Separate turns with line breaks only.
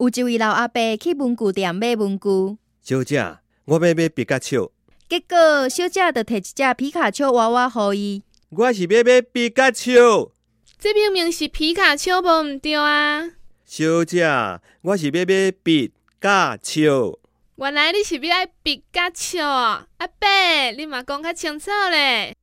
有一位老阿伯去文具店买文具，
小姐，我要买笔甲手，
结果小姐就摕一只皮卡丘娃娃互伊。
我是要买笔甲手。
这明明是皮卡丘，无毋对啊！
小姐，我是要买笔甲手。
原来你是要爱比较笑哦，阿伯，你嘛讲较清楚咧。